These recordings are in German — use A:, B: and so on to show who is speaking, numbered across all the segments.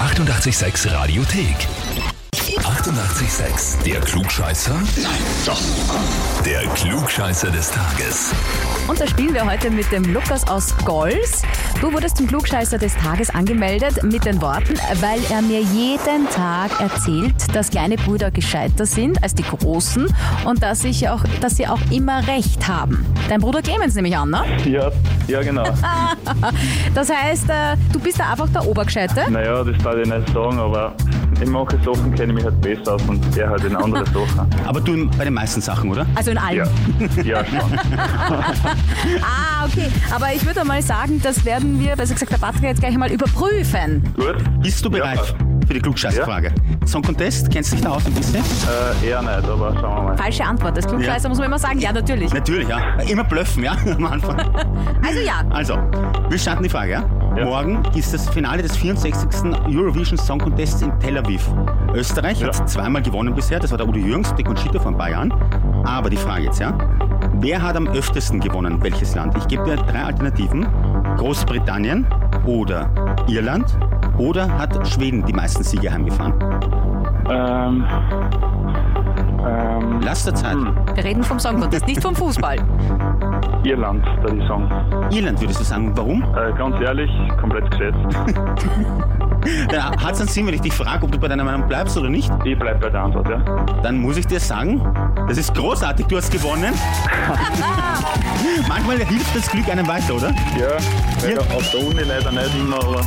A: 886 Radiothek. 88,6. Der Klugscheißer? Nein, doch. Der Klugscheißer des Tages.
B: Und da spielen wir heute mit dem Lukas aus Golz. Du wurdest zum Klugscheißer des Tages angemeldet mit den Worten, weil er mir jeden Tag erzählt, dass kleine Brüder gescheiter sind als die großen und dass, ich auch, dass sie auch immer recht haben. Dein Bruder Clemens nehme ich an, ne?
C: Ja, ja genau.
B: Das heißt, äh, du bist da einfach der Obergescheite.
C: naja, das darf ich nicht sagen, aber in manchen Sachen kenne ich mich halt besser aus und er halt in anderen Sachen.
D: Aber du in- bei den meisten Sachen, oder?
B: Also in allem.
C: Ja, ja schon.
B: Ah, okay. Aber ich würde mal sagen, das werden wir, besser gesagt, der Patrick jetzt gleich mal überprüfen.
C: Gut?
D: Bist du bereit für die Klugscheißfrage? Song Contest, kennst du dich da aus ein bisschen?
C: Äh, eher nicht, aber schauen wir mal.
B: Falsche Antwort. Das Klugscheißer muss man immer sagen. Ja, natürlich.
D: Natürlich, ja. Immer blöffen, ja, am Anfang.
B: Also ja.
D: Also, wir starten die Frage, ja?
C: Ja.
D: Morgen ist das Finale des 64. Eurovision Song Contests in Tel Aviv. Österreich
C: Ja.
D: hat zweimal gewonnen bisher, das war der Udo Jürgens, die Conchita vor ein paar Jahren. Aber die Frage jetzt, ja, wer hat am öftesten gewonnen, welches Land? Ich gebe dir drei Alternativen. Großbritannien oder Irland oder hat Schweden die meisten Siege heimgefahren?
C: Ähm, ähm,
D: Lass der Zeit.
B: Wir reden vom Song Contest, nicht vom Fußball.
C: Irland, da die Song.
D: Irland würdest du sagen, warum?
C: Äh, ganz ehrlich, komplett geschätzt.
D: Dann hat es einen Sinn, wenn ich dich frage, ob du bei deiner Meinung bleibst oder nicht.
C: Ich bleib bei der Antwort, ja.
D: dann muss ich dir sagen, das ist großartig, du hast gewonnen. Manchmal hilft das Glück einem weiter, oder?
C: Ja, leider auf der Uni leider nicht immer, aber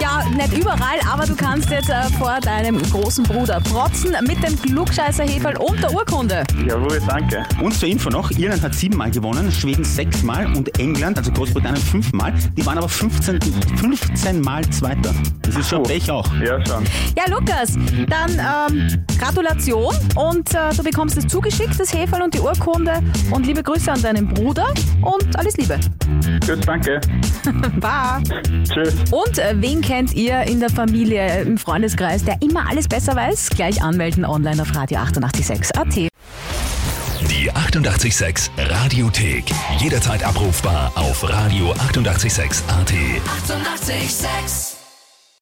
B: Ja, nicht überall, aber du kannst jetzt äh, vor deinem großen Bruder protzen mit dem klugscheißer Heferl und der Urkunde.
C: jawohl, danke.
D: Und zur Info noch, Irland hat siebenmal gewonnen, Schweden sechsmal und England, also Großbritannien fünfmal. Die waren aber 15, 15 Mal Zweiter. Das ist schon
C: Oh.
D: Pech auch.
C: Ja, schon.
B: Ja, Lukas, dann ähm, Gratulation und äh, du bekommst es zugeschickt, das Heferl und die Urkunde. Und liebe Grüße an deinen Bruder und alles Liebe.
C: Gut, danke.
B: Bye.
C: Tschüss.
B: Und äh, wen kennt ihr in der Familie, äh, im Freundeskreis, der immer alles besser weiß? Gleich anmelden online auf radio 886 AT.
A: Die 88,6 Radiothek. Jederzeit abrufbar auf radio886.at. 88,6.
E: Eighty-eight, sex.